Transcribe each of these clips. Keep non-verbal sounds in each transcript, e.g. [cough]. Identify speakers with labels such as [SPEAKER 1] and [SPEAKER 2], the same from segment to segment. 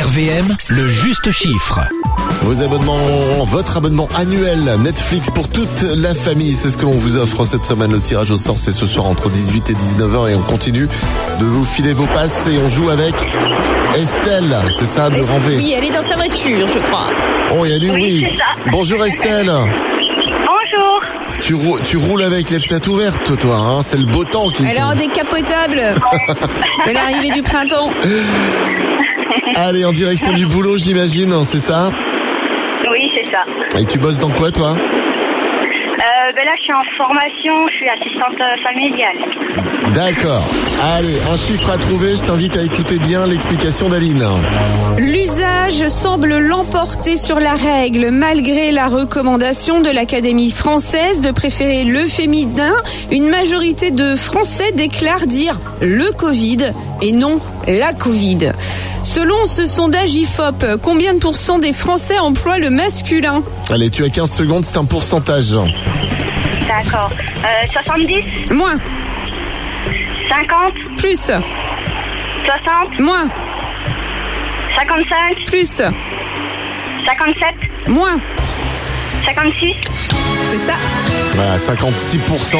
[SPEAKER 1] RVM, le juste chiffre.
[SPEAKER 2] Vos abonnements, votre abonnement annuel Netflix pour toute la famille, c'est ce que l'on vous offre cette semaine. Le tirage au sort, c'est ce soir entre 18 et 19h et on continue de vous filer vos passes et on joue avec Estelle, c'est ça, de Ranvé.
[SPEAKER 3] Oui, elle est dans sa voiture, je crois.
[SPEAKER 2] Oh, il y a du
[SPEAKER 4] Oui,
[SPEAKER 2] oui.
[SPEAKER 4] c'est ça.
[SPEAKER 2] Bonjour Estelle.
[SPEAKER 4] Bonjour.
[SPEAKER 2] Tu, rou- tu roules avec les fenêtres ouvertes, toi, hein. C'est le beau temps qui.
[SPEAKER 3] Elle est en décapotable. de l'arrivée du printemps.
[SPEAKER 2] Allez, en direction du boulot, j'imagine, hein, c'est ça.
[SPEAKER 4] Oui, c'est ça.
[SPEAKER 2] Et tu bosses dans quoi, toi
[SPEAKER 4] Euh, ben là, je suis en formation, je suis assistante euh, familiale.
[SPEAKER 2] D'accord. Allez, un chiffre à trouver. Je t'invite à écouter bien l'explication d'Aline.
[SPEAKER 3] L'usage semble l'emporter sur la règle, malgré la recommandation de l'Académie française de préférer le féminin. Une majorité de Français déclarent dire le Covid et non la Covid. Selon ce sondage IFOP, combien de pourcents des Français emploient le masculin
[SPEAKER 2] Allez, tu as 15 secondes, c'est un pourcentage.
[SPEAKER 4] D'accord. Euh, 70,
[SPEAKER 3] Moins,
[SPEAKER 4] 50,
[SPEAKER 3] plus,
[SPEAKER 4] 60,
[SPEAKER 3] moins,
[SPEAKER 4] 55,
[SPEAKER 3] plus,
[SPEAKER 4] 57,
[SPEAKER 3] moins.
[SPEAKER 4] 56.
[SPEAKER 3] C'est ça,
[SPEAKER 2] Voilà, 56%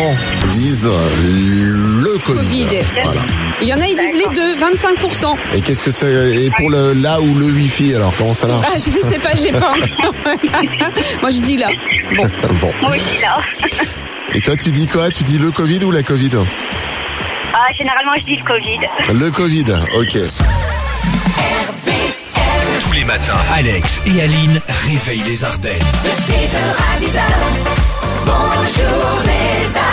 [SPEAKER 2] disent euh, le Covid.
[SPEAKER 3] Covid.
[SPEAKER 2] Voilà.
[SPEAKER 3] Il y en a, ils disent les deux, 25%.
[SPEAKER 2] Et qu'est-ce que c'est euh, Et pour le là ou le Wi-Fi, alors comment ça marche
[SPEAKER 3] Ah, je sais pas, j'ai pas encore. [laughs] Moi, je dis là. Bon.
[SPEAKER 2] Bon.
[SPEAKER 4] Moi aussi, là. [laughs]
[SPEAKER 2] Et toi, tu dis quoi Tu dis le Covid ou la Covid
[SPEAKER 4] Ah, généralement, je dis le Covid.
[SPEAKER 2] Le Covid, ok.
[SPEAKER 1] Tous les matins, Alex et Aline réveillent les Ardennes.
[SPEAKER 5] De 6h à 10h, bonjour les Ardennes.